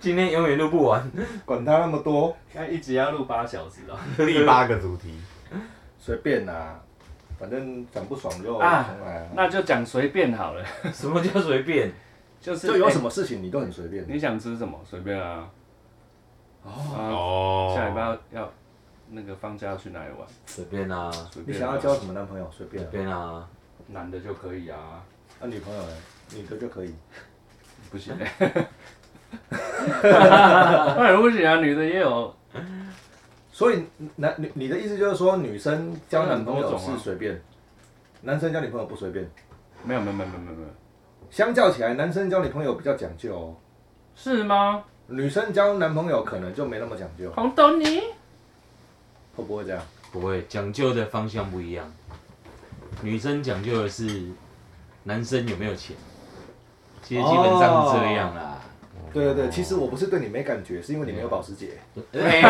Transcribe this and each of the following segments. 今天永远录不完。管他那么多，那一集要录八小时啊！第八个主题，随便啦，反正讲不爽就重啊来啊。那就讲随便好了，什么叫随便？就是就有什哎么事情你都很随便。你想吃什么随便啊。哦，哦下礼拜要要那个放假要去哪里玩？随便啊，随你便啊想要交什么男朋友随便随啊，便啊，男的就可以啊，那女朋友呢？女的就可以。不行、啊 欸。当然不行啊，女的也有，所以男你你的意思就是说，女生交男朋友当然很多种是啊随便，男生交女朋友不随便。没有没有没有没有没有没有，相较起来，男生交女朋友比较讲究哦，是吗？女生交男朋友可能就没那么讲究，红豆泥，会不会这样？不会，讲究的方向不一样。女生讲究的是男生有没有钱，其实基本上是这样啦。对对对，其实我不是对你没感觉，是因为你没有保时捷。哎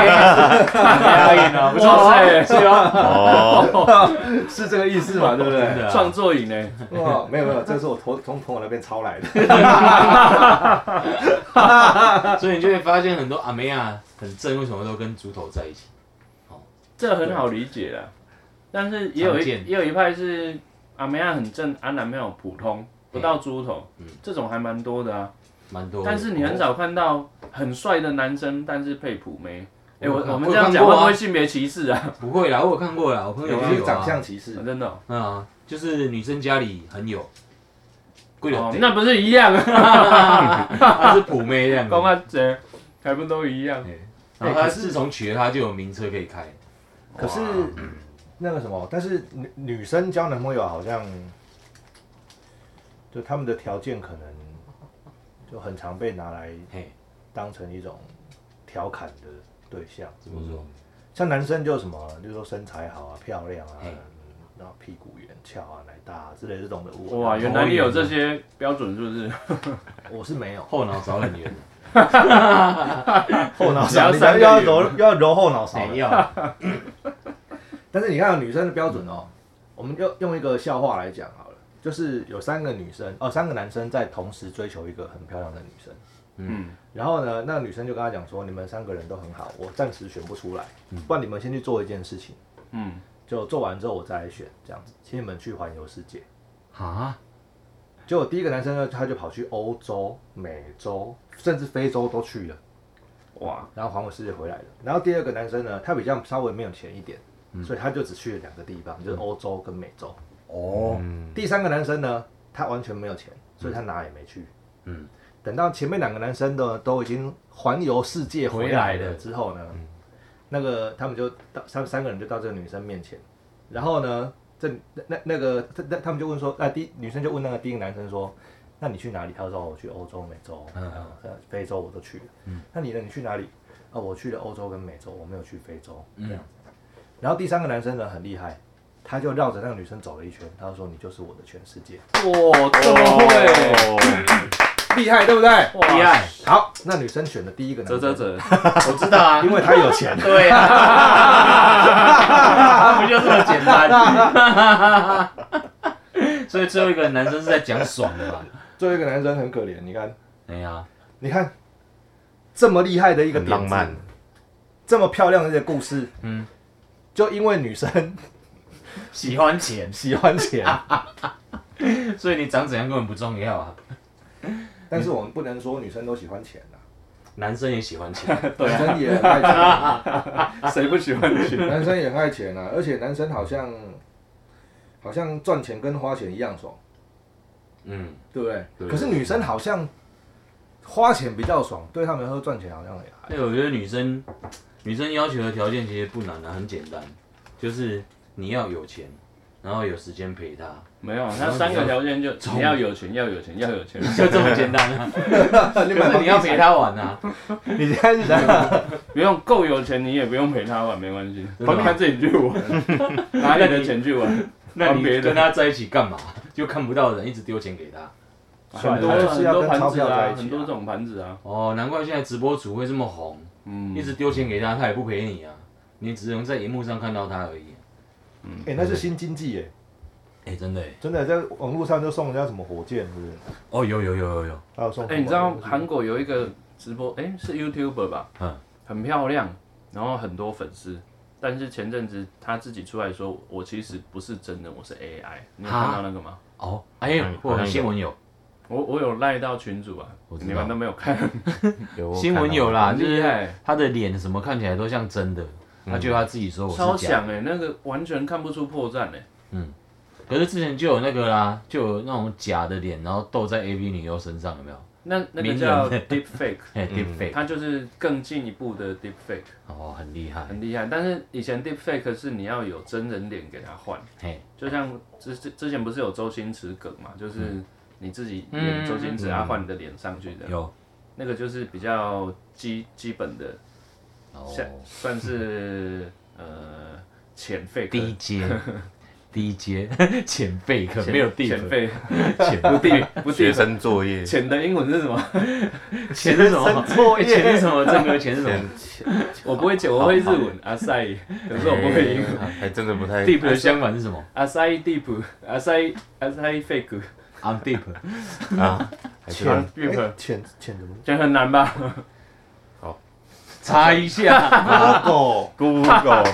可以呢，不错哎，是啊，哦， 是这个意思嘛？对不真对？的创啊，作营哎，哇，没有没有，这是我从从朋友那边抄来的。所以你就会发现很多阿妹啊很正，为什么都跟猪头在一起？这很好理解啦。但是也有一常见也有一派是阿梅亚很正，阿男朋友普通，不到猪头嗯，这种还蛮多的啊。蛮多的。但是你很少看到很帅的男生，但是配普妹。哎，我我有看我们我这有样看讲会过啊不会性别歧视啊？不会啦，我有看过啦，我朋友你也是有长啊相。歧视啊，真的哦，嗯啊，就是女生家里很有，贵的哦，那不是一样啊？她是普妹这样子 公。安姐还不都一样？哎然后她自从娶了她就有名车可以开。可是嗯那个什么，但是女女生交男朋友好像，就他们的条件可能就很常被拿来嘿，当成一种调侃的对象。嗯怎么说？像男生就什么，就是说身材好啊、漂亮啊嘿，，然后屁股圆翘啊、奶大啊之类这种的。我哇，原来你有这些标准是不是？我是没有后脑勺很 圆。后脑只要勺你三个要圆揉要揉后脑勺的没。 有，但是你看女生的标准哦，我们就用一个笑话来讲好了，就是有三个女生哦，三个男生在同时追求一个很漂亮的女生，嗯，然后呢，那个女生就跟他讲说，你们三个人都很好，我暂时选不出来，不然你们先去做一件事情，嗯，就做完之后我再来选，这样子，请你们去环游世界。啊，结果第一个男生呢，他就跑去欧洲、美洲，甚至非洲都去了，哇，然后环游世界回来了。然后第二个男生呢，他比较稍微没有钱一点，所以他就只去了两个地方，就是欧洲跟美洲。哦，第三个男生呢，他完全没有钱，所以他哪也没去。嗯，等到前面两个男生的都已经环游世界回来了之后呢，那个他们就到他们三个人就到这个女生面前，然后呢，这那那那个他他他们就问说，啊，第女生就问那个第一个男生说，那你去哪里？他说哦我去欧洲、美洲，嗯，非洲我都去了。嗯那你呢？你去哪里？啊，我去了欧洲跟美洲，我没有去非洲。嗯这样子。然后第三个男生呢，很厉害，他就绕着那个女生走了一圈，他就说：“你就是我的全世界。哇，这么会，哦，”厉害， 对不对？哇欸厉害，。好，那女生选的第一个男啧生，啧啧。我知道啊，因为他有钱 对啊，不就这么简单？ 所以最后一个男生是在讲爽的嘛？最后一个男生很可怜，你看，哎呀，你看，这么厉害的一个很点浪子漫，这么漂亮的一个故事，嗯， 就因为女生 喜欢钱，喜欢钱，啊所以你长怎样根本不重要啊。但是我们不能说女生都喜欢钱啊，男生也喜欢 钱，啊女生也很爱钱。啊谁不喜欢 去？男生也很爱钱啊，而且男生好像好像赚钱跟花钱一样爽，嗯，对不对？对可是女生好像花钱比较爽，对他们来说赚钱好像也 还哎，我觉得女生女生要求的条件其实不难啊，很简单，就是你要有钱，然后有时间陪她， 没有，那三个条件就你要有钱，要有钱，要有钱。 就这么简单啊。好。可是你要陪她玩啊，你现在是想不用够有钱，你也不用陪他玩，没关系，真的吗他他自己去玩，拿你的钱去玩。 那你帮别人跟她在一起干嘛？ 就看不到人，一直丢钱给她。算很了多是很要多跟盘钞子票在啊，一起啊很多种盘子啊，哦，难怪现在直播主会这么红，嗯，一直丢钱给他，他也不赔你啊，你只能在荧幕上看到他而已。哎、那是新经济耶，哎、真的哎，真的在网络上就送人家什么火箭，是不是？哦，有有有有有，还有送哎、什么你知道韩国有一个直播，哎、是 YouTuber 吧？嗯，很漂亮，然后很多粉丝。但是前阵子他自己出来说，我其实不是真人，我是 AI。你有看到那个吗？哦，哎呦，好像有新闻有，我我有赖到群主啊，我知道你们都没有看，有新闻有，啦，很就厉是害他的脸什么看起来都像真的，他觉得他自己说我超是假的，强哎、那个完全看不出破绽哎、可是之前就有那个啦，就有那种假的脸，然后斗在 AV 女优身上，有没有？那那个名人叫 deep fake，哎，deepfake，它就是更进一步的 deep fake，哦，很厉害，很厉害。但是以前 deep fake 是你要有真人脸给它换，嘿，就像之之之前不是有周星驰梗嘛，就是你自己嗯演周星驰，然后换你的脸上去的，有，那个就是比较基基本的，像哦，算是呃浅 fake 低阶，低阶， 浅 fake，浅没有地浅浅 fake 浅不地不学地生作业，浅的英文是什么？浅是什么？作哎浅是什么？郑哥，浅是什么前我不会解，我会日文阿塞，可是我不会英文。还真的不太？deep 的相反是什么阿塞 deep，阿塞阿塞 fake， ？I'm deep， 啊，还是浅日本哎浅浅怎么？这样很难吧？查一下， Google Google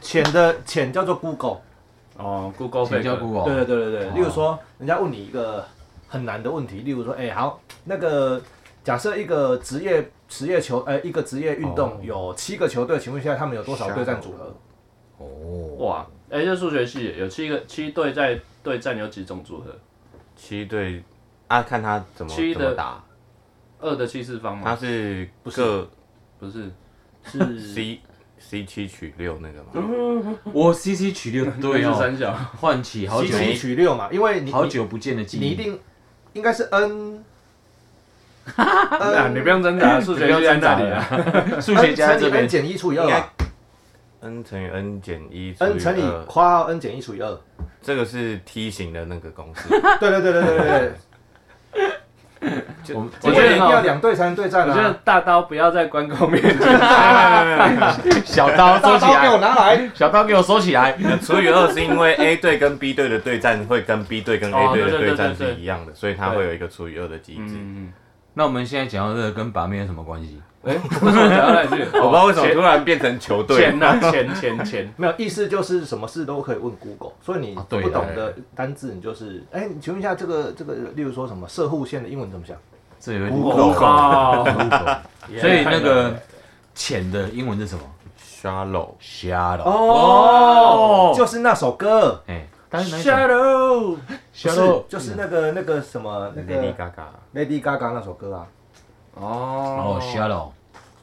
浅的浅叫做 Google， 哦，Google 请教 fake，对 Google，对对对对。哦例如说，人家问你一个很难的问题，例如说，哎，好，那个假设一个职业职业球，呃，一个职业运动有七个球队，请问一下他们有多少对战组合？哦，哇，哎，这数学系耶有七个七队在对战有几种组合？七对啊，看他怎么七怎的么打，二的七次方吗啊他？是各不是，是 C C 七取六那个吗？我 CC 取六对那是哦，三小。唤起好七久七取六嘛？因为你好你久不见的记你一忆，定应该是 N。 啊，你不用挣扎，数学系在那里啊。数学家在这边 n 减一除以二吧 n 乘以 n 减一除以，n 乘以二括号 n 减一除以二。这个是梯形的那个公式，对对对对对对我们对，我我觉觉得得一定要两队才能对我战觉得啊！大刀不要在关公面前，小刀收大起刀给我来，拿来，小刀给我收起来。除以二是因为 A 队跟 B 队的对战会跟 B 队跟 A 哦队的对对对对战对是一样的，所以它会有一个除以二的机制。嗯，那我们现在讲到这个跟把妹有什么关系？哎， 为什么讲到那里去？我不知道为什么突哦然变成球队钱，呐，钱钱钱，没有意思就是什么事都可以问 Google，所以你啊对啦不懂的单字你就是，哎，你请问一下这个这个，例如说什么射户线的英文怎么讲？这有点五狗狗哇，哦 所以那个浅的英文是什么 shallow， 瞎了。哦，就是那首歌，哎，但是不 shadow，哦是就是那个那个什么那 Lady 个 Gaga， Lady Gaga 那首歌啊，哦哦瞎了。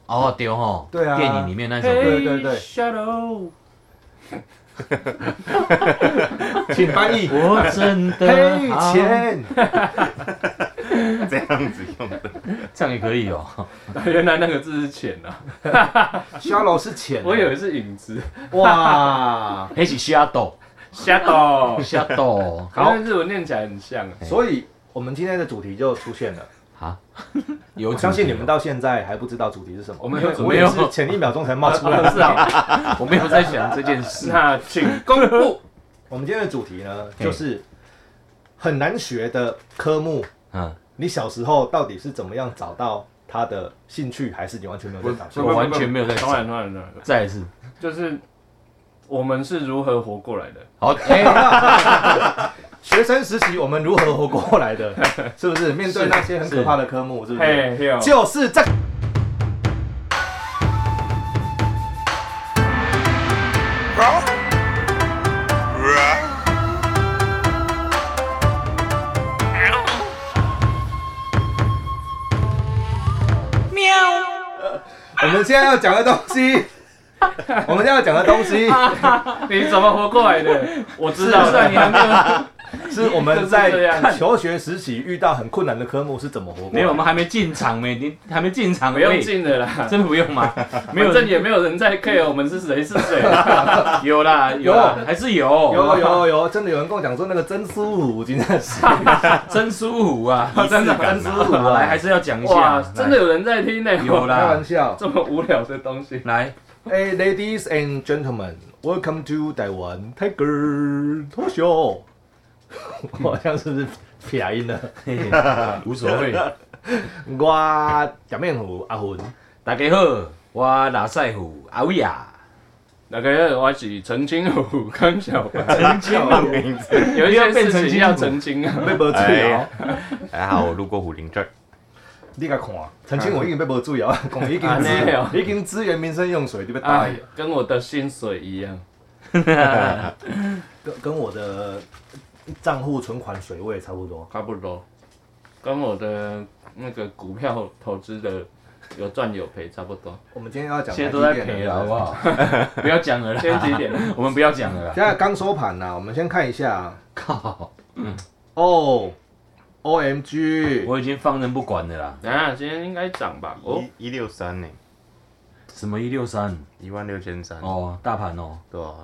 哦，对哦，对啊电影里面那首嘿歌，。对对对，shadow，请翻译我真的嘿，啊好，钱，这样子用的。这样也可以哦。原来那个字是钱啊，肖老是钱，啊我以为是影子 哇，黑起瞎抖， ，shadow，瞎抖。好，日文念起来很像啊，所以我们今天的主题就出现了。啊，有我主相信题你们哦到现在还不知道主题是什么，我们有准我备也是前一秒钟才冒出来。 是啊，我没有在想这件事。那请 公布，我们今天的主题呢，嘿就是很难学的科目，嗯，你小时候到底是怎么样找到他的兴趣，还是你完全没有在找我兴我趣？完全没有在当然当然当然，再一次，就是我们是如何活过来的。好，哎，学生时期我们如何活过来 的？是不是面对那些很可怕的科目？是不是？嘿，哦嘿就是这个。呃我们现在要讲的东西， 我们现在要讲的东西啊你怎么活过来的？我知道，是虽然你还没有，是我们就是这在样求学时期遇到很困难的科目是怎么活过来 的。没有，我们还没进场，没你还没进场，不 用喂进的啦。真的不用吗？没有反正也没有人在 care 我们是谁是谁。有啦，有啦，还是有有有有，真的有人跟我讲说那个真舒服，今天是 真舒服啊！真的真舒服好来，啊还，是要讲一哇下，，真的有人在听呢。来有开啦玩。笑。这么无聊的东西。来，哎，ladies and gentlemen，welcome to Taiwan Tiger Talk Show。 我好像是不是撇音啊了？无所谓。我假面虎阿魂，大家好，我拉塞虎阿伟啊，大概我是澄清虎刚小白，澄清 棒名字。有一些事澄情清要虎澄清啊。被 无哎水哦呀！大家好，我路过虎林这儿。你甲看，曾经我已经被无 水哦，讲已经啊这样哦 资已经资源民生用水就被打啊哎野，，跟我的薪水一样。跟跟我的账户存款水位差不多。差不多，跟我的那个股票投资的有赚有赔差不多。我们今天要讲现在台积都在电赔了，好不对好？ 不要讲了啦，先几点？我们不要讲了啦。现在刚收盘啊呐，我们先看一下靠，嗯哦，O M G，我已经放任不管了啦。 等一下今天应该涨吧？哦，一一六三呢，什么一六三？一万六千三。哦，大盘哦，对啊，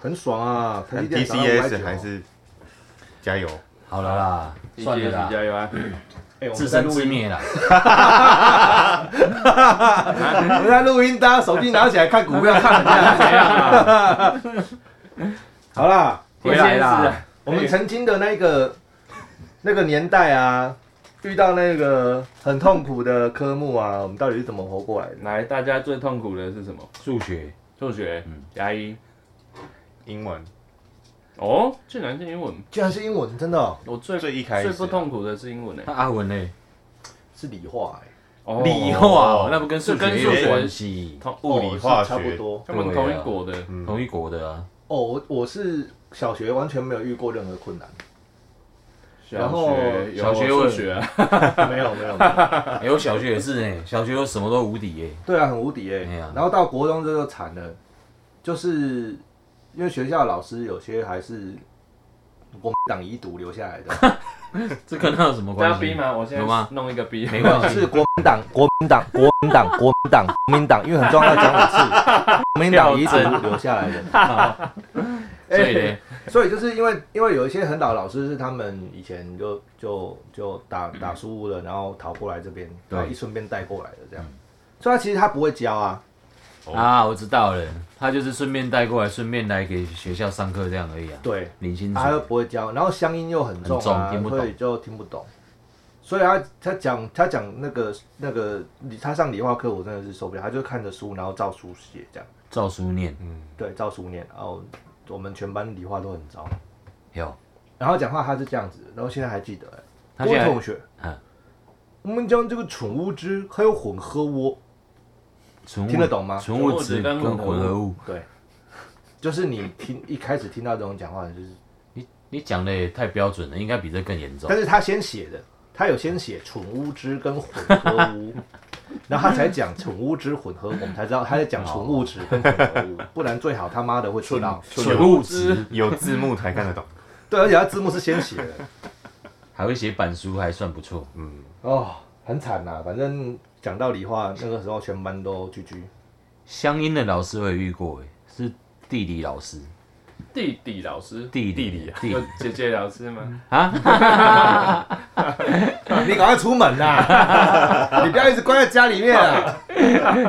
很爽啊！台积电看涨到590 TCS 还是加油。好了啦，算了谢谢啦，加油啊！哎，我自们在生录自音，灭 啦。我们在录音，大家手机拿起来看 股票，看怎样啊？好啦， 回来今啦，我们曾经的那个那个年代啊，遇到那个很痛苦的科目啊，我们到底是怎么活过来的？来，大家最痛苦的是什么？数学数学嗯，加一。英文哦，竟然是英文。居然是英文，真的、哦、我最最一开始最不痛苦的是英文那诶。阿文呢？是理化、欸，哦理化哦，那不跟数这跟学数有学关系，同物理化哦是差不学，多。他们同一国的。嗯同一国的 啊。哦，我我是小学完全没有遇过任何困难，然小后学有小学数文学啊， 没有没有。没有哎，我小学也是呢，小学我什么都无敌耶。对啊，很无敌哎、哎呀然后到国中这就惨了，就是因为学校老师有些还是国民党遗毒留下来的， 这跟他有什么大关家逼系？吗？我现有吗在弄一个逼。没关系， 是国民党、国民党、国民党、国民党、国民党，因为很重要，要讲五次，国民党遗掉毒留下来的。哎所以呢，所以就是因为因为有一些很老的老师是他们以前就就就打打输了，然后逃过来这边，对然后一顺便带过来的这样，所以他其实他不会教啊，哦啊，我知道了，他就是顺便带过来，顺便来给学校上课这样而已啊，对，领薪他又水。不会教，然后乡音又很重啊，很重听不懂所以就听不懂。所以他他讲他讲那个那个理他上理化课，我真的是受不了。他就看着书，然后照书写这样，照书念，嗯对，照书念。然后我们全班理化都很糟，有，然后讲话他是这样子，然后现在还记得、欸。他郭现在同学，嗯我们将这个纯物质还有混合物，纯物听得懂吗纯物质纯跟物质跟混合物混合物，对，就是你听一开始听到这种讲话，就是，你你讲的也太标准了，应该比这更严重但。是他先写的，他有先写纯物质跟混合物。然后他才讲纯物质混合，我们才知道他在讲纯物质跟混合物，不然最好他妈的会出到。纯物质有字幕才看得 懂。对，而且他字幕是先写的，还会写板书，还算不错。嗯，哦，很惨呐、反正讲道理话，那个时候全班都居居，乡音的老师我也遇过，哎，是地理老师， 弟弟老师，地地理理啊地有理姐姐老师吗？你赶快出门呐、 你不要一直关在家里面啊！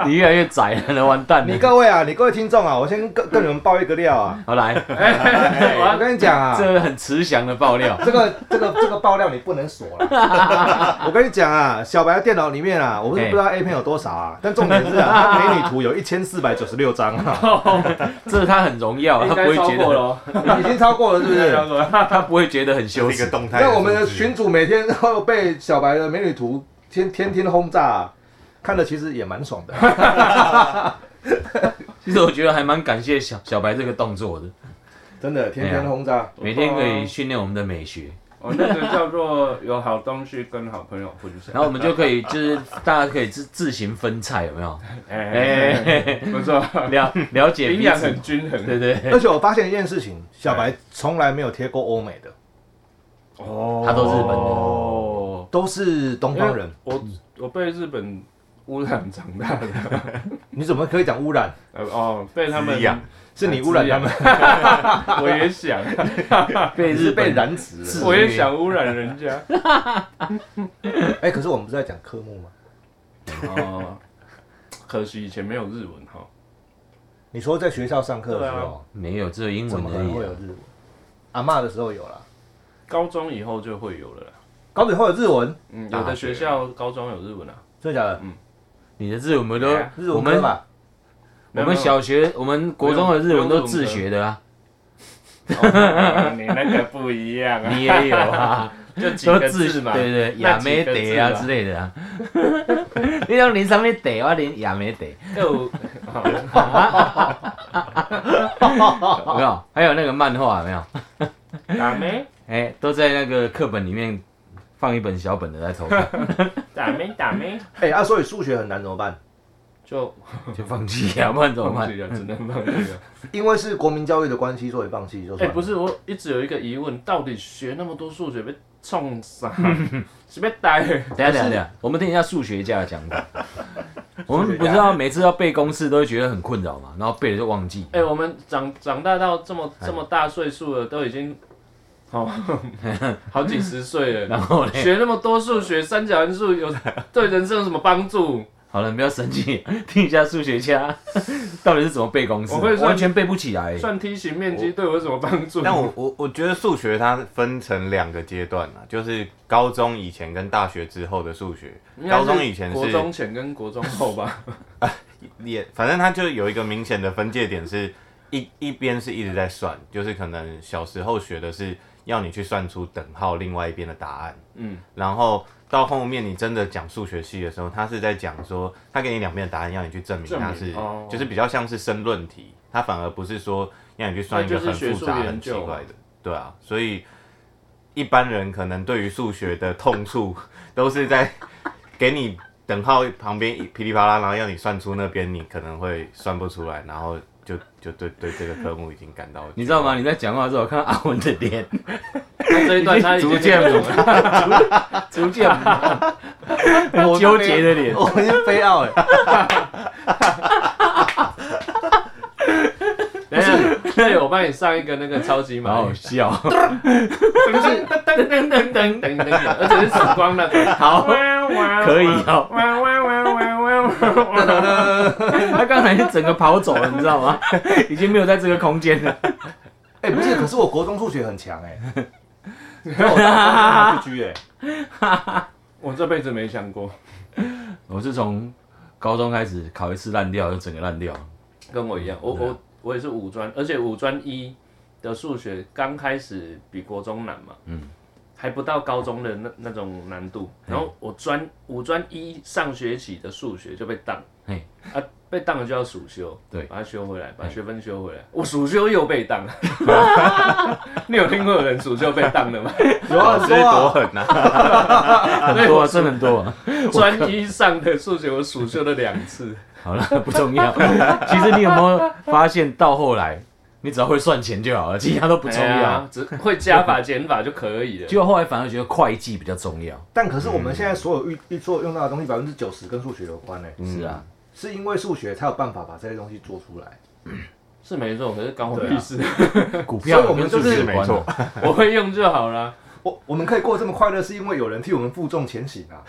你越来越窄了，完蛋你了。各位啊，你各位听众啊，我先跟跟你们爆一个料啊，好来，哎我我要跟你讲啊，这很慈祥的爆料，这个这个这个爆料你不能锁了。 我跟你讲啊，小白的电脑里面啊，我不是嘿不知道 A 片有多少啊，但重点是 啊，它美女图有一千四百九十六张啊，这他很荣耀，应他不该会超觉过了得哦，已经超过了，是不超是？过了。 他不会觉得很羞这是一耻个。动态的数字。那我们的群主每天都被小白的美女图天天天轰炸啊，看的其实也蛮爽的。 其实我觉得还蛮感谢小小白这个动作的，真的天天轰炸，每天可以训练我们的美学，我那个叫做有好东西跟好朋友分享然。后我们就可以就是大家可以自自行分菜，有没有？哎、哎，不错，了了解营彼养此很，均衡。对对，而且我发现一件事情，小白从来没有贴过欧美的，哦他都日本的哦，都是东方人。我我被日本污染长大的，你怎么可以讲污染？呃哦，被他们滋养哎是你污染他们，我也想，被你是日被本染指是了。 我也想污染人家。哎、可是我们不是在讲科目吗？哦，可惜以前没有日文哈。你说在学校上课的时对候，没有，只有英怎文么可而能已会有啊。日文？阿嬷的时候有啦，高中以后就会有了啦。高比后有日文，嗯，大有学的学校高中有日文啊，真的假的？你的日文不都对啊日我文们科吧？我们小学我们国中的日文都自学的啊，哦你那个不一样啊，你也有啊， 就几都个自字嘛，对对那亚几美个得字啊嘛之类的啊。 你讲连上面得，我连亚美得，够有没有？还有那个漫画有没有？打没哎，都在那个课本里面放一本小本的在偷看，打没打没， 哎，啊，所以数学很难怎么办？ 就就放 弃啊，不然怎么放办？弃了，只能放弃了。因为是国民教育的关系，所以放弃就哎、算了。不是，我一直有一个疑问，到底学那么多数学被冲啥？是被呆？等一下等一下等一下，我们听一下数学家的讲法。 我们不知道每次要背公式都会觉得很困扰嘛，然后背了就忘记。哎、我们长长大到这么这么大岁数了，都已经好好几十岁了，然后嘞， 学那么多数学、三角函数有对人生有什么帮助？好了，你不要生气，听一下数学家 到底是怎么背公式，我会算完全背不起来。算梯形面积对我有什么帮助？ 但我我我觉得数学它分成两个阶段啊，就是高中以前跟大学之后的数学应。该高是中以前国是中前跟国中后吧，也，反正它就有一个明显的分界点是，一一边是一直在算，就是可能小时候学的是要你去算出等号另外一边的答案，嗯，然后到后面你真的讲数学系的时候，他是在讲说，他给你两边的答案，要你去证明证明它是，哦就是比较像是申论题，他反而不是说让你去算一个那就很是学术复杂、研很奇究啊怪的，对啊，所以一般人可能对于数学的痛处 都是在给你等号旁边一噼里啪啦，然后要你算出那边你可能会算不出来，然后就就对对这个科目已经感到，你知道 吗？？你在讲话的时候，我看到阿文的 脸这一段他已经逐渐没模有逐渐 纠结的脸，我已经飞奥哎，等一下， 对，我帮你上一个那个超级蛮马哎好里，笑。 噔噔噔噔噔噔噔噔，而且是闪光的，好，可以哦。哇哇哇哇哇哇！他刚才整个跑走了，你知道吗？ 已经没有在这个空间了。哎不是，可是我国中数学很强哎，那我大学居哎，我这辈子没想过，我是从高中开始考一次烂掉，就整个烂掉。跟我一样，啊我我我也是五专，而且五专一的数学刚开始比国中难嘛，嗯，还不到高中的那那种难度。然后我专五专一上学期的数学就被当，嘿啊，被当了就要暑修，对把它修回来，把学分修回来。我暑修又被 当，你有听过有人暑修被当 的吗？有啊，老师很多多啊狠啊！很多啊，真的很多啊。专一上的数学我暑修了两次，好了，不重 要。其实你有没有发现，到后来你只要会算钱就好了，其他 都不重哎要呀。，只会加法减法就可以了。结果后来反而觉得会计比较重要。但可是我们现在所有预预做用到的东西，百分之九十跟数学有关哎，是啊，是因为数学才有办法把这些东西做出来。是没错，可是关我对啊屁事， 股票所以我跟们数学就有是关啊我会用就好啦。我我们可以过这么快乐，是因为有人替我们负重前行啊！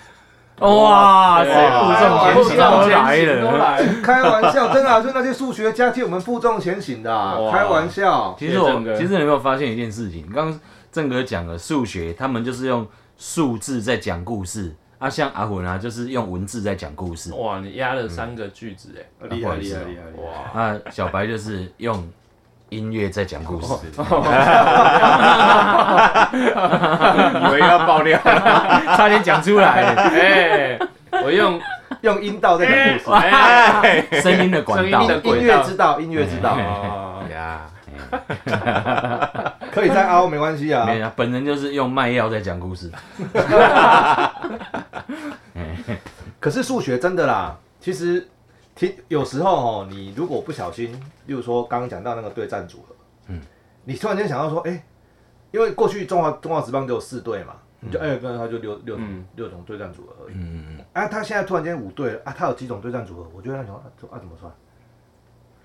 哇塞，哇负重前行都来都了。来了。开玩笑，真的、啊，就那些数学家替我们负重前行的、啊，哇开玩笑。其实谢谢我郑哥其实你有没有发现一件事情？刚刚郑哥讲了数学，他们就是用数字在讲故事啊，像阿混啊，就是用文字在讲故事哇，你压了三个句子哎，厉不好害意厉思啊害厉害！厉害哇，啊，小白就是用音乐在讲故哦事。哦啊以为要爆料，差点讲出 来，哎，我用用阴道在讲故事，哎声音的管道声音。的音轨乐道之道，音乐之道，哦呀，哎可以再凹没关系啊没。有，本人就是用卖药在讲故事。可是数学真的啦，其实挺有时候哦，你如果不小心，例如说刚刚讲到那个对战组合，嗯你突然间想到说，哎、因为过去中华中华职棒就有四队嘛，你就哎，那、他就六六、嗯六种对战组合而已。啊，他现在突然间五队了啊，他有几种对战组合？我就在想说啊，怎啊怎么算？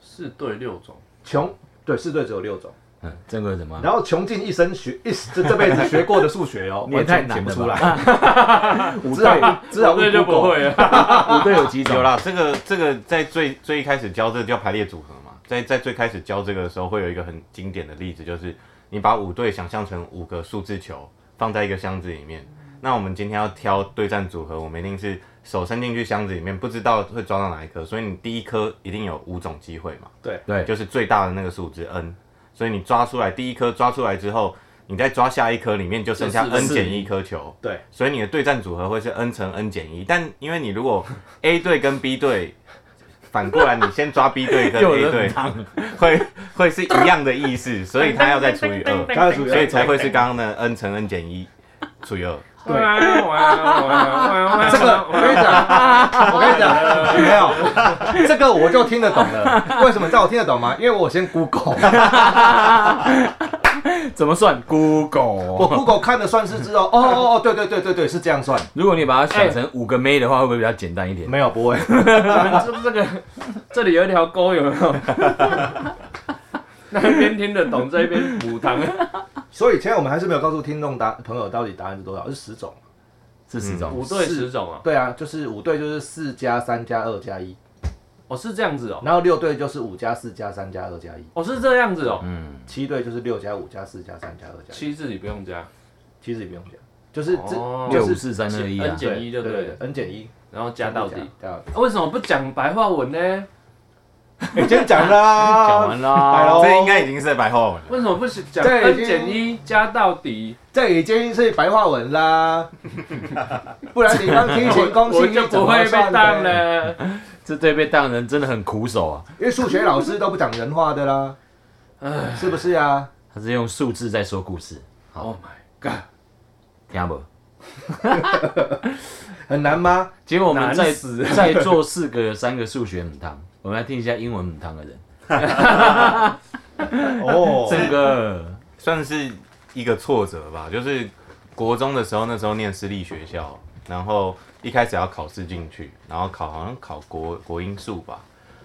四对六种，穷对四队只有六种，嗯，郑哥怎么？，然后穷尽一生学一这这辈子学过的数学哦你也太完全难解不了出吧来。五队至少我这就不会了。五队有几种有？啦，这个这个在最最一开始教这个叫排列组合嘛，在在最开始教这个的时候，会有一个很经典的例子，就是你把五队想象成五个数字球放在一个箱子里面。那我们今天要挑对战组合，我们一定是手伸进去箱子里面，不知道会抓到哪一颗，所以你第一颗一定有五种机会嘛，对，就是最大的那个数字 n。所以你抓出来第一颗抓出来之后，你再抓下一颗，里面就剩下就是 n 四减一颗球。对，所以你的对战组合会是 n 乘 n 减一，但因为你如果 A 队跟 B 队反过来，你先抓 B 队跟又 A 哎有队人，当，会会是一样的意 思，所以它要再除以二，它要除以二所以才会是刚刚的 n 乘 n 减一除以二。对哇哇哇哇这 个我跟你讲，我跟你讲，没有，这个我就听得懂了。为什么？你知道我听得懂吗？因为我先 Google，怎么算我？Google， Google 看了算式之后，哦哦哦，对对对对对，是这样算。如果你把它想成五个妹的话，会不会比较简单一点？没有，不会。这这个这里有一条沟，有没有？那边听得懂，这边补汤。所以现在我们还是没有告诉听众答朋友到底答案是多少，是十种。这四种五对十种啊，对啊，就是五对就是四加三加二加一，哦是这样子哦，然后六对就是五加四加三加二加一，哦是这样子哦，嗯七对就是六加五加四加三加二加一。七字你不用加，其实也不用讲，就是这哦六嗯就五是四三二一啊 N，减一就对了， ，n 减一然后加到底。加到底。啊为什么不讲白话文呢？你先讲 啦，讲完啊哎啦哦呦。这应该已经是白话文了。为什么不讲这已 N 经减一加到底？这已经是白话文 啦，不然你刚听前公我式就不会被当。了。这对被当人真的很苦手啊，因为数学老师都不讲人话的啦，是不是啊？他是用数字在说故事， Oh my god！听不？很难吗？结果我们在难死 在座四个有三个数学母汤，我们来听一下英文母汤的人，哦，这个算是一个挫折吧。就是国中的时候，那时候念私立学校，然后一开始要考试进去，然后考好像考国国英数吧，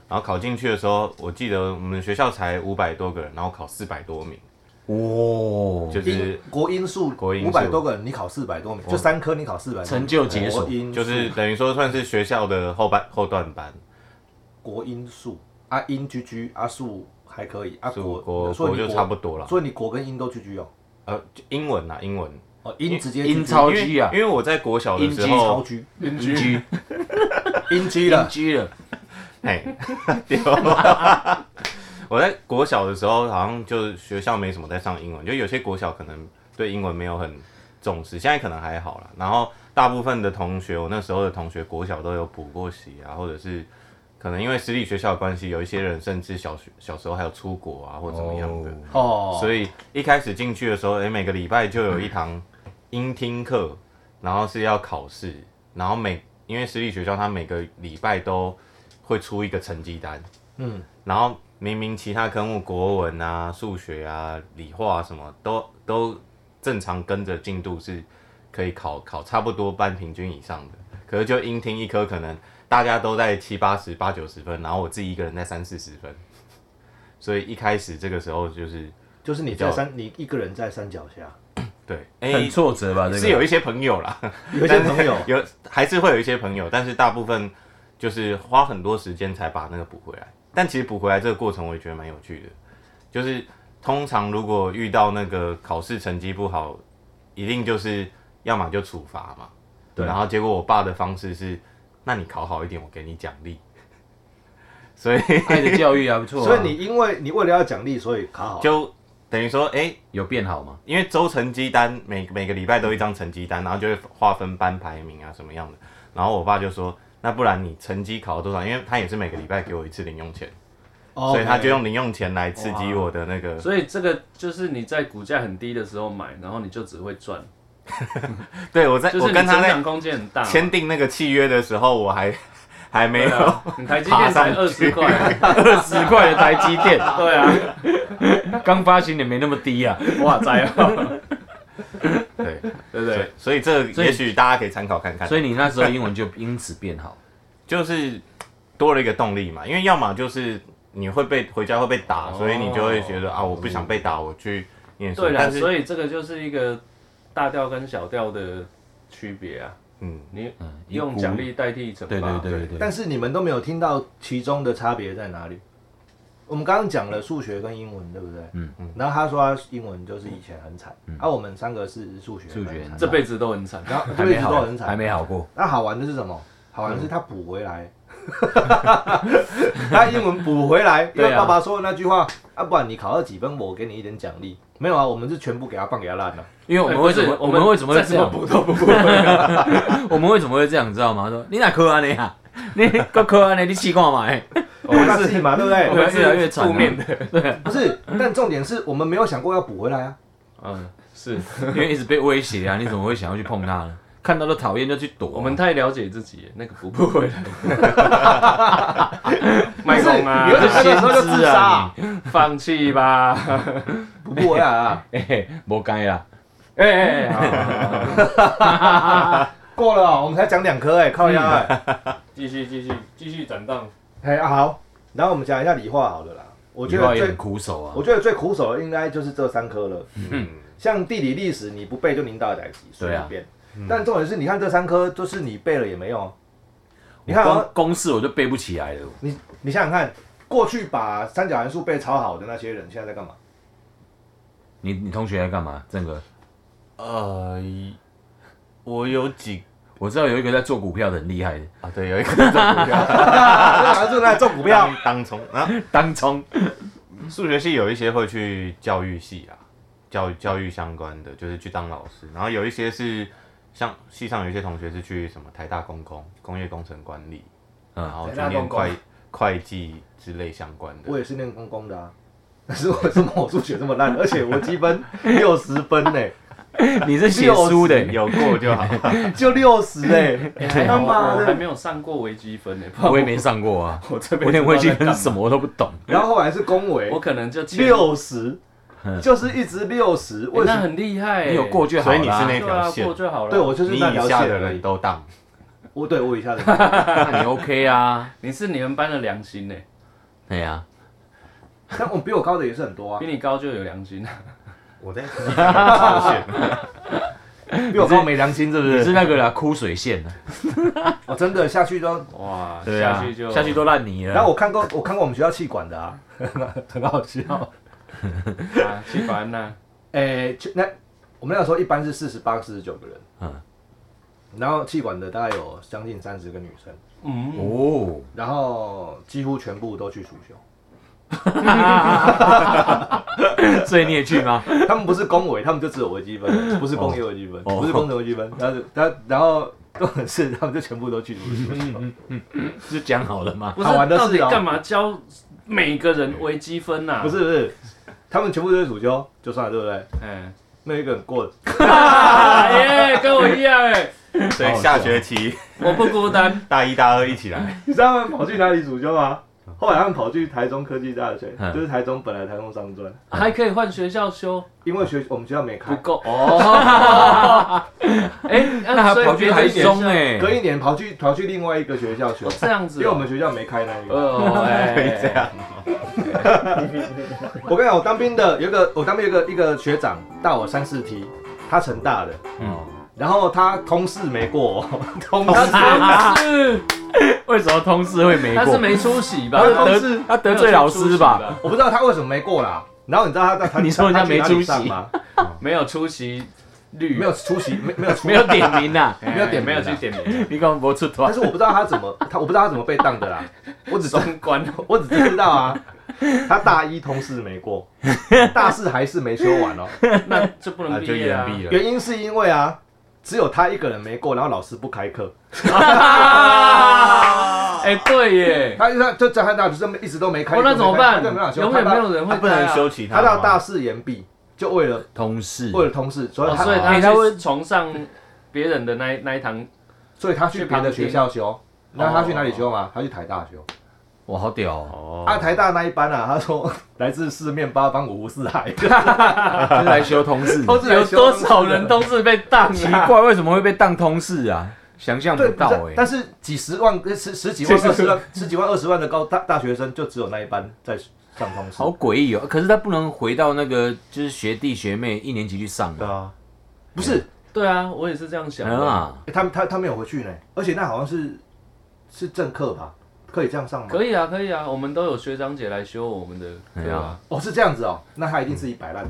然后考进去的时候，我记得我们学校才五百多个人，然后考四百多名，哇，哦就英是国英数国英五数百多个人，你考四百多哦名，就三科你考四百，成就解锁国英数就是等于说算是学校的后半后段班，国英数啊，英居居啊数还可以啊，所以国国所以国你就差不多了。所以你国跟英都居居哦，呃，就英文啊，英文，哦英直接英居居超因为居啊因，为我在国小的时英超候，居邻英居 居英居英了，居了，嘿，对 我在国小的时候，好像就是学校没什么在上英文，就有些国小可能对英文没有很重视，现在可能还好啦。然后大部分的同学，我那时候的同学国小都有补过习啊，或者是可能因为私立学校的关系，有一些人甚至小学小时候还有出国啊，或怎么样的。哦哦，所以一开始进去的时候，诶，每个礼拜就有一堂音听课，然后是要考试，然后每因为私立学校，它每个礼拜都会出一个成绩单，嗯，然后明明其他科目国文啊、数学啊、理化、啊、什么都都正常跟着进度是可以考考差不多半平均以上的，可是就音听一科可能大家都在七八十、八九十分，然后我自己一个人在三四十分。所以一开始这个时候就是就是你在山，你一个人在山脚下，对，很哎、挫折吧？这是有个一些朋友啦，有一些朋友 有还是会有一些朋友，但是大部分就是花很多时间才把那个补回来。但其实补回来这个过程，我也觉得蛮有趣的。就是通常如果遇到那个考试成绩不好，一定就是要么就处罚嘛。对然后结果我爸的方式是，那你考好一点，我给你奖励。所以爱的教育还不错啊，所以你因为你为了要奖励，所以考好。就等于说，哎、有变好吗？因为周成绩单每每个礼拜都一张成绩单，然后就会划分班排名啊什么样的。然后我爸就说：“那不然你成绩考了多少？”因为他也是每个礼拜给我一次零用钱哦哦所以他就用零用钱来刺激我的那个。所以这个就是你在股价很低的时候买，然后你就只会赚，对哎我在就是我你跟成长他啊在空间很大嘛。签订那个契约的时候，我还 还没对有。啊，你台积电才爬二上去十 块，二十块的台积 电，对啊，刚发行也没那么低啊，哇塞 哦， 对对不对对？所以这所以也许大家可以参考看看。所以你那时候英文就因此变好。就是多了一个动力嘛，因为要么就是你会被回家会被打，所以你就会觉得啊，我不想被打，我去念书。哦对啦，但是所以这个就是一个大调跟小调的区别啊，嗯，你嗯，一用股奖励代替惩罚，啊对对对对对，但是你们都没有听到其中的差别在哪里？我们刚刚讲了数学跟英文，对不对？嗯嗯。然后他说他英文就是以前很惨，啊，我们三个是数学，数学很惨这辈子都很惨。然后还这辈没子好都很，还惨。没好过。那好玩的是什么？好玩的是他补回来， 他英文补回来，因为对啊爸爸说的那句话，啊，不然你考到几分，我给你一点奖励。没有啊，我们是全部给他棒给他烂了。因为我们为什么哎不是我们为什么再会这怎么样？补都补不回来。 我们为什么会这样？你知道吗？他说你哪科安尼啊？ 你个科安尼，你气干嘛？ 哎我们是 嘛，对不我对？们越来越惨啊负面的，不是，但重点是我们没有想过要补回来啊。嗯，是因为一直被威胁啊，你怎么会想要去碰它呢？看到都讨厌就去躲啊。我们太了解自己，那个补不回来。不是，你麦公啊为什么那个时候就自杀啊？放弃吧。补不回来 啊，嘿 嘿，无该啊啦，哎哎，哎好好好过了哦，我们才讲两科哎，靠腰哎。继续继续继续展荡。哎、啊好，然后我们讲一下理化好了啦。我我觉得也最很苦手啊我。觉得最苦手的应该就是这三科了。嗯，像地理、历史，你不背就零到来几随对啊便。遍。但重点是，你看这三科，就是你背了也没用。你看公啊，公式我就背不起来了。你你想想看，过去把三角函数背超好的那些人，现在在干嘛？你你同学在干嘛？郑哥，呃，我有几我知道有一个在做股票的很厉害的，啊，对，有一个是做股票，三角函数在种股票 当，当冲，啊然后当冲数学系有一些会去教育系啊，教教育相关的，就是去当老师。然后有一些是像系上有一些同学是去什么台大工工、工业工程管理，嗯然后去台大念工工会会计之类相关我的。也是念公公的啊。但是为什么我数学这么烂？而且我积分 六十分呢、你是写书的，啊有过就好，就六十 哎，他妈我还的！没有上过微积分呢，不我也然没上过 啊，我我这我边连微积分什么我都不懂。然后后来是恭维我，可能就前六十嗯，就是一直六十。欸为什那么？很厉害欸，你有过就好所以你啦是那对条啊，线过，就好了。对，我 就是你那条以下线的而人已。都当。我对我以下的人，那你 OK 啊？你是你们班的良心呢，对呀，但我比我高的也是很多啊比，你高就有良心。我 在朝鲜，比我高没良心是不你是是？那个啦，枯水线啊，我真的下去都。哇，对啊下去就，下去都烂泥了。然后我看过，我看过我们学校气管的啊，很好笑。啊，去烦呐。诶，就那我们那个时候一般是四十八、四十九个人，嗯然后气管的大概有将近三十个女生，嗯，哦，然后几乎全部都去暑修。所以你也去吗？ 他们不是公委，他们就只有微积分，不是工业微积分，哦不是工程微积分。然后就，然后然后重点是他们就全部都去暑修。是讲好了吗？不是，好玩的事哦到底干嘛教每个人微积分啊呐？不，是不是，他们全部都是暑修，就算了，对不对？嗯，没有一个人过的。啊耶，跟我一样哎，所以下学期我不孤单。大一、大二一起来。你知道他们跑去哪里暑修吗？后来他们跑去台中科技大学嗯，就是台中本来台中商专，还可以换学校修，因为学我们学校没不开，够哦。 哎，那还所以跑去别的台学中校，哎，隔一年跑去跑去另外一个学校修，这样因子哦，为我们学校没开那一个。哦，哎，以这样我跟你讲，我当兵的有一个，我当兵有一个一个学长大我三四梯，他成大的，嗯然后他通识没过哦，通他识是为什么通识会没他过是？没出息吧？他是他通得识，他得罪老师吧？？我不知道他为什么没过啦。然后你知道他在他你说人家他去哪里没出息上吗？没有出席率，没有出席，没没有出没有点名呐，哎没有点名没有去啊点名，你刚不出头但。是我不知道他怎么，他我不知道他怎么被当的啦。我只双关。我只知道啊，他大一通识没过，大四还是没修完哦。那就不啊能就毕业延啊！毕了。原因是因为啊，只有他一个人没过，然后老师不开课，啊哎，对耶，他就他就张汉大就是一直都没开哦课，，那怎么办？没开课永远没有人他会不开能啊修其他他的吗。到大四延毕，就为了通识为了通识，所以哦他所以哎他他他会会崇尚别人的那一那一堂，所以他去别的学校哦修。那他去哪里修嘛？他去台大修。哇，好屌哦！哦啊，台大那一班啊，他说 来自四面八方五湖四海，就是来修通识，都是来有修 多通识少的人都是被当奇啊！怪，为什么会被当通识啊？想象不 对，到但哎但。是几十万、呃十十几万、二十万、十几万、二十万的高大大学生，就只有那一班在上通识。好诡异哦！可是他不能回到那个就是学弟学妹一年级去上对啊，不是，对啊，我也是这样想的。啊，欸他他他没有回去呢，而且那好像是是政课吧，可以这样上吗？可以啊，可以啊，我们都有学长姐来修我们的哎课呀啊。哦，是这样子哦，那他一定自己摆烂。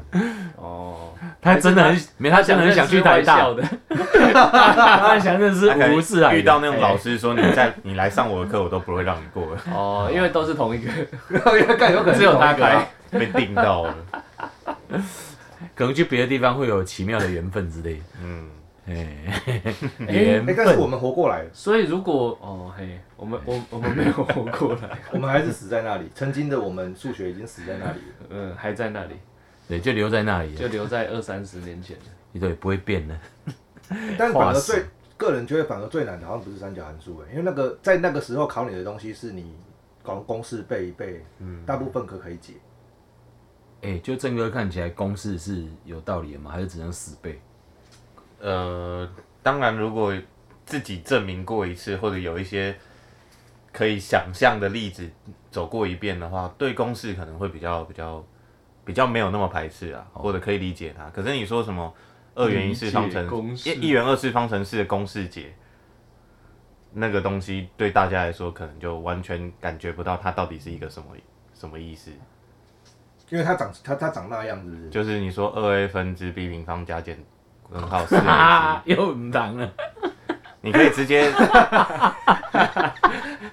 哦，他真的很没，他真的很想去台大，的，他想认识他可能吴世海的，啊遇到哎那种老师说你在你来上我的课，我都不会让你 过了，哦，因为都是 同一个，干 有可能只有他同一个啊开。被定到了。可能去别的地方会有奇妙的缘分之 类的。嗯，哎，哎、缘但是我分，们活过来了，所以如果哦嘿，我们我我们没有活过来， 我们还是死在那里。曾经的我们数学已经死在那里了。嗯，还在那里，对，就留在那里就了，留在二三十年前。对，不会变的。 但反而化石最个人觉得反而最难的，好像不是三角函数、哎，因为那个在那个时候考你的东西是你搞公式背一背，大部分可可以解。哎，就正哥看起来公式是有道理的吗？还是只能死背？ 呃，当然，如果自己证明过一次，或者有一些可以想象的例子走过一遍的话，对公式可能会比较比较比较没有那么排斥啊，哦或者可以理解它。可是你说什么二元一次方理解程公式式、一一元二次方程式的公式解，那个东西对大家来说可能就完全感觉不到它到底是一个什么什么意思。因为它长它它长那样，是不嗯是？就是你说二 a 分之 b 平方加减根 号四 a 之啊，又唔当了。你可以直接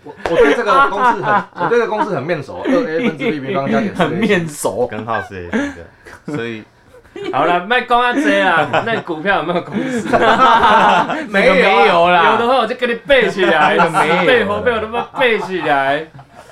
我我对这个公式很，我对这个公式很面熟。二 a 分之 b 平方加减四 a 很面熟。根号四 a 的，所以。好了，卖光啊这啊，那股票有没有公司？没啊有 没有有的啦。话我就给你背起来， 没有啦背活背我他妈背起来。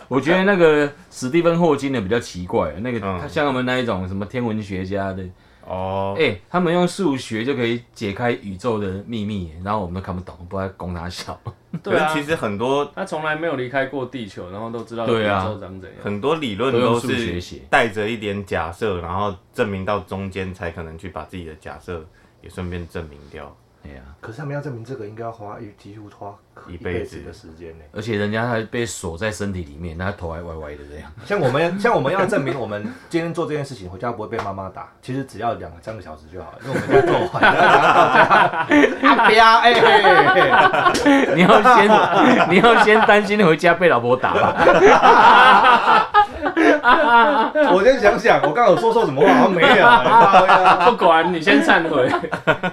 我觉得那个史蒂芬霍金的比较奇怪，啊那个嗯他像他们那一种什么天文学家的，哦，哎、他们用数学就可以解开宇宙的秘密，然后我们都看不懂，不知道在攻他笑。可对是啊，其实很多他从来没有离开过地球，然后都知道宇对啊宙长怎样。很多理论都用都数学是写带着一点假设，然后证明到中间才可能去把自己的假设也顺便证明掉。 哎呀、可是他们要证明这个，应该要花一几乎花一辈辈子子的时间呢。而且人家还被锁在身体里面，然后头还歪歪的这样。 像我们像我们要证明我们今天做这件事情回家不会被妈妈打，其实只要两三个小时就好了，因为我们家做完了，然后到家阿彪哎嘿嘿嘿，你要先，你 要先担心回家被老婆打吧。 我先想想，我刚刚有说错什么话，好像没 有。妈呀不管你先忏 悔，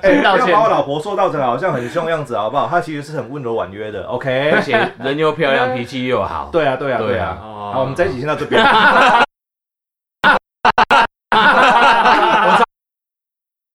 哎，先道不要歉把我老婆说到这好像很凶样子，好不好？她其实是很温柔婉约的，OK？ 而且人又漂亮，脾气又好。对啊，对啊，对对啊啊。哦好，我们这一集先到这边。